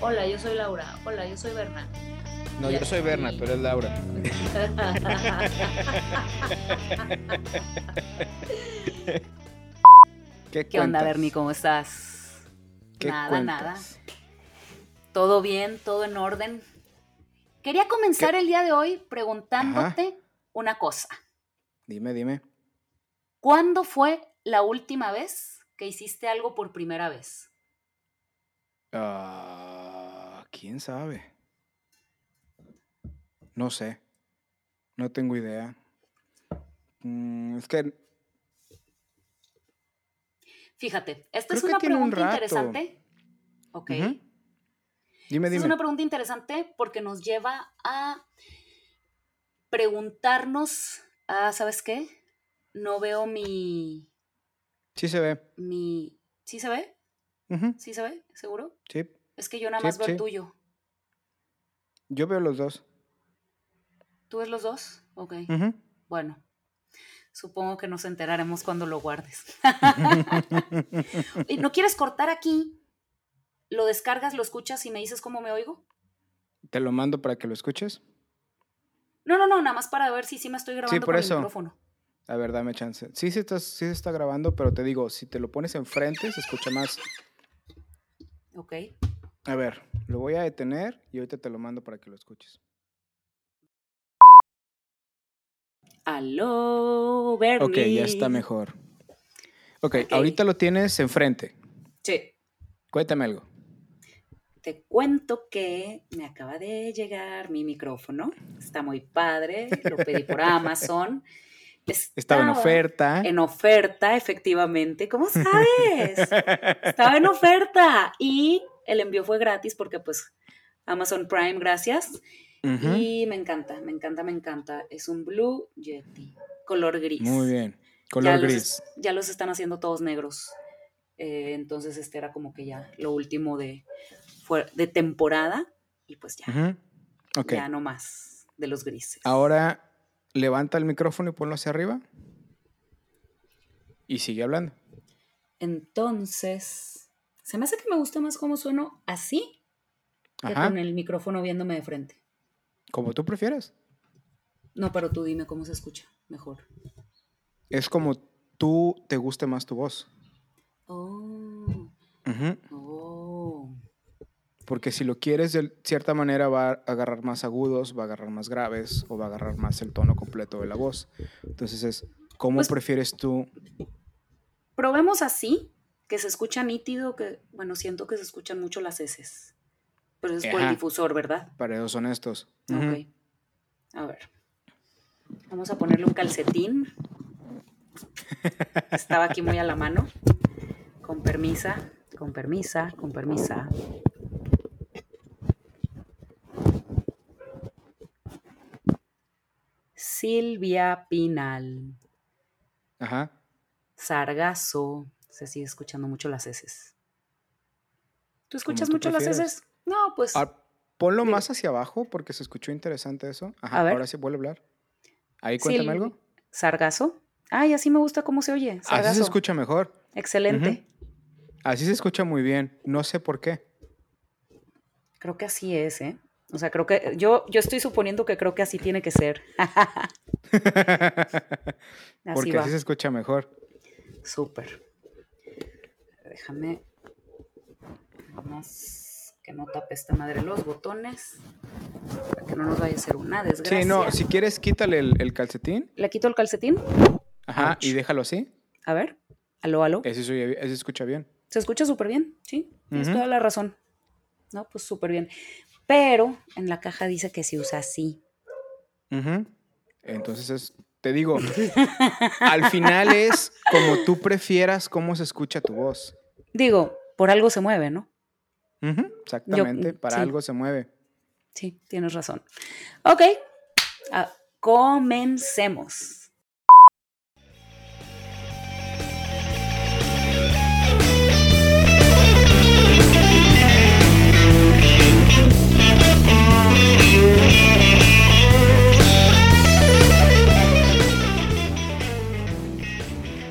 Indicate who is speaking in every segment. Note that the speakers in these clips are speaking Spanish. Speaker 1: Hola, yo soy Laura. Hola, yo soy Berna.
Speaker 2: No, yo soy Berna, tú eres Laura. ¿Qué,
Speaker 3: ¿Qué onda,
Speaker 2: cuentas?
Speaker 3: Bernie? ¿Cómo estás?
Speaker 2: ¿Qué
Speaker 3: nada,
Speaker 2: cuentas?
Speaker 3: ¿Todo bien? ¿Todo en orden? Quería comenzar el día de hoy preguntándote una cosa.
Speaker 2: Dime, dime.
Speaker 3: ¿Cuándo fue la última vez que hiciste algo por primera vez?
Speaker 2: Ah, ¿Quién sabe? No sé. No tengo idea. Mm, es que
Speaker 3: Fíjate, esta es
Speaker 2: Creo que
Speaker 3: una
Speaker 2: tiene un
Speaker 3: pregunta
Speaker 2: rato.
Speaker 3: interesante. Ok.
Speaker 2: Ujú. Dime,
Speaker 3: Esa
Speaker 2: dime.
Speaker 3: Es una pregunta interesante porque nos lleva a preguntarnos, ah, ¿sabes qué? No veo mi,
Speaker 2: Sí se ve.
Speaker 3: mi, ¿sí se ve?
Speaker 2: Ujú,
Speaker 3: ¿Sí se ve? ¿Seguro?
Speaker 2: Sí.
Speaker 3: Es que yo nada
Speaker 2: Sí,
Speaker 3: más veo el
Speaker 2: sí.
Speaker 3: tuyo.
Speaker 2: Yo veo los dos.
Speaker 3: ¿Tú ves los dos? Ok.
Speaker 2: Ujú.
Speaker 3: Bueno, supongo que nos enteraremos cuando lo guardes. ¿Y ¿No quieres cortar aquí? ¿Lo descargas, lo escuchas y me dices cómo me oigo?
Speaker 2: Te lo mando para que lo escuches.
Speaker 3: No, no, no, nada más para ver si sí me estoy grabando
Speaker 2: por
Speaker 3: con
Speaker 2: eso.
Speaker 3: el micrófono.
Speaker 2: A ver, dame chance. Sí, sí, estás, sí se está grabando, pero te digo, si te lo pones enfrente, se escucha más.
Speaker 3: Ok.
Speaker 2: A ver, lo voy a detener y ahorita te lo mando para que lo escuches.
Speaker 3: Aló, Bernie.
Speaker 2: Ok, ya está mejor.
Speaker 3: Ok.
Speaker 2: ok, ahorita lo tienes enfrente.
Speaker 3: Sí,
Speaker 2: Cuéntame algo.
Speaker 3: te cuento que me acaba de llegar mi micrófono. Está muy padre, lo pedí por Amazon.
Speaker 2: Estaba en oferta.
Speaker 3: En oferta, efectivamente. ¿Cómo sabes? Estaba en oferta y el envío fue gratis porque pues Amazon Prime, gracias.
Speaker 2: Ujú,
Speaker 3: Y me encanta, me encanta, me encanta. Es un Blue Yeti, color gris.
Speaker 2: Muy bien.
Speaker 3: Ya
Speaker 2: Color
Speaker 3: los es-
Speaker 2: gris.
Speaker 3: ya los están haciendo todos negros. Eh, entonces este era como que ya lo último de, fue- de temporada y pues ya,
Speaker 2: Ujú, Ok.
Speaker 3: ya no más de los grises.
Speaker 2: Ahora levanta el micrófono y ponlo hacia arriba. Y sigue hablando.
Speaker 3: Entonces, se me hace que me gusta más cómo sueno así que
Speaker 2: Ajá.
Speaker 3: con el micrófono viéndome de frente.
Speaker 2: Como tú prefieras.
Speaker 3: No, pero tú dime cómo se escucha mejor.
Speaker 2: Es como tú te guste más tu voz.
Speaker 3: Oh,
Speaker 2: Ujú,
Speaker 3: oh.
Speaker 2: Porque si lo quieres de cierta manera va a agarrar más agudos, va a agarrar más graves o va a agarrar más el tono completo de la voz. Entonces es, ¿cómo
Speaker 3: Pues-
Speaker 2: prefieres tú?
Speaker 3: Probemos así, que se escucha nítido, que, bueno, siento que se escuchan mucho las heces. Pero eso es por el
Speaker 2: Ajá.
Speaker 3: difusor, ¿verdad?
Speaker 2: Para eso son estos. Ujú.
Speaker 3: Ok. A ver. Vamos a ponerle un calcetín. Estaba aquí muy a la mano. Con permisa, con permisa, con permisa. Silvia Pinal,
Speaker 2: Ajá.
Speaker 3: Sargazo. Se sigue escuchando mucho las heces. ¿Tú escuchas
Speaker 2: tú
Speaker 3: mucho las
Speaker 2: prefieras.
Speaker 3: heces? No, pues.
Speaker 2: Ah, ponlo
Speaker 3: Digo-
Speaker 2: más hacia abajo porque se escuchó interesante eso. Ajá,
Speaker 3: A ver.
Speaker 2: ahora sí vuelve a hablar. Ahí cuéntame
Speaker 3: Sil-
Speaker 2: algo.
Speaker 3: Sargazo. Ay, así me gusta cómo se oye. Sargazo.
Speaker 2: Así se escucha mejor.
Speaker 3: Excelente.
Speaker 2: Así se escucha muy bien. No sé por qué.
Speaker 3: Creo que así es, ¿eh? O sea, creo que yo, yo estoy suponiendo que creo que así tiene que ser. Así
Speaker 2: porque
Speaker 3: va.
Speaker 2: así se escucha mejor.
Speaker 3: Súper. Déjame. Vamos. Que no tape esta madre los botones. Para que no nos vaya a hacer una desgracia.
Speaker 2: Sí, no, si quieres quítale el, el calcetín.
Speaker 3: Le quito el calcetín.
Speaker 2: Ajá,
Speaker 3: Ouch.
Speaker 2: y déjalo así.
Speaker 3: A ver. Aló, aló.
Speaker 2: Ese se, oye- ese se escucha bien.
Speaker 3: Se escucha súper bien, sí, tienes
Speaker 2: Ujú.
Speaker 3: toda la razón. No, pues súper bien. Pero en la caja dice que se usa así.
Speaker 2: Ujú. Entonces es- te digo, al final es como tú prefieras cómo se escucha tu voz.
Speaker 3: Digo, por algo se mueve, ¿no?
Speaker 2: Ujú, Exactamente, para
Speaker 3: sí.
Speaker 2: algo se mueve.
Speaker 3: Sí, tienes razón. Ok, ah, comencemos.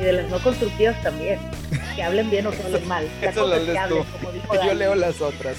Speaker 4: Y de las no constructivas también. Que hablen bien o que hablen mal. La
Speaker 2: Eso
Speaker 4: cosa
Speaker 2: lo
Speaker 4: es que
Speaker 2: lees
Speaker 4: hablen,
Speaker 2: tú.
Speaker 4: como dijo
Speaker 2: Yo
Speaker 4: Dani.
Speaker 2: leo las otras.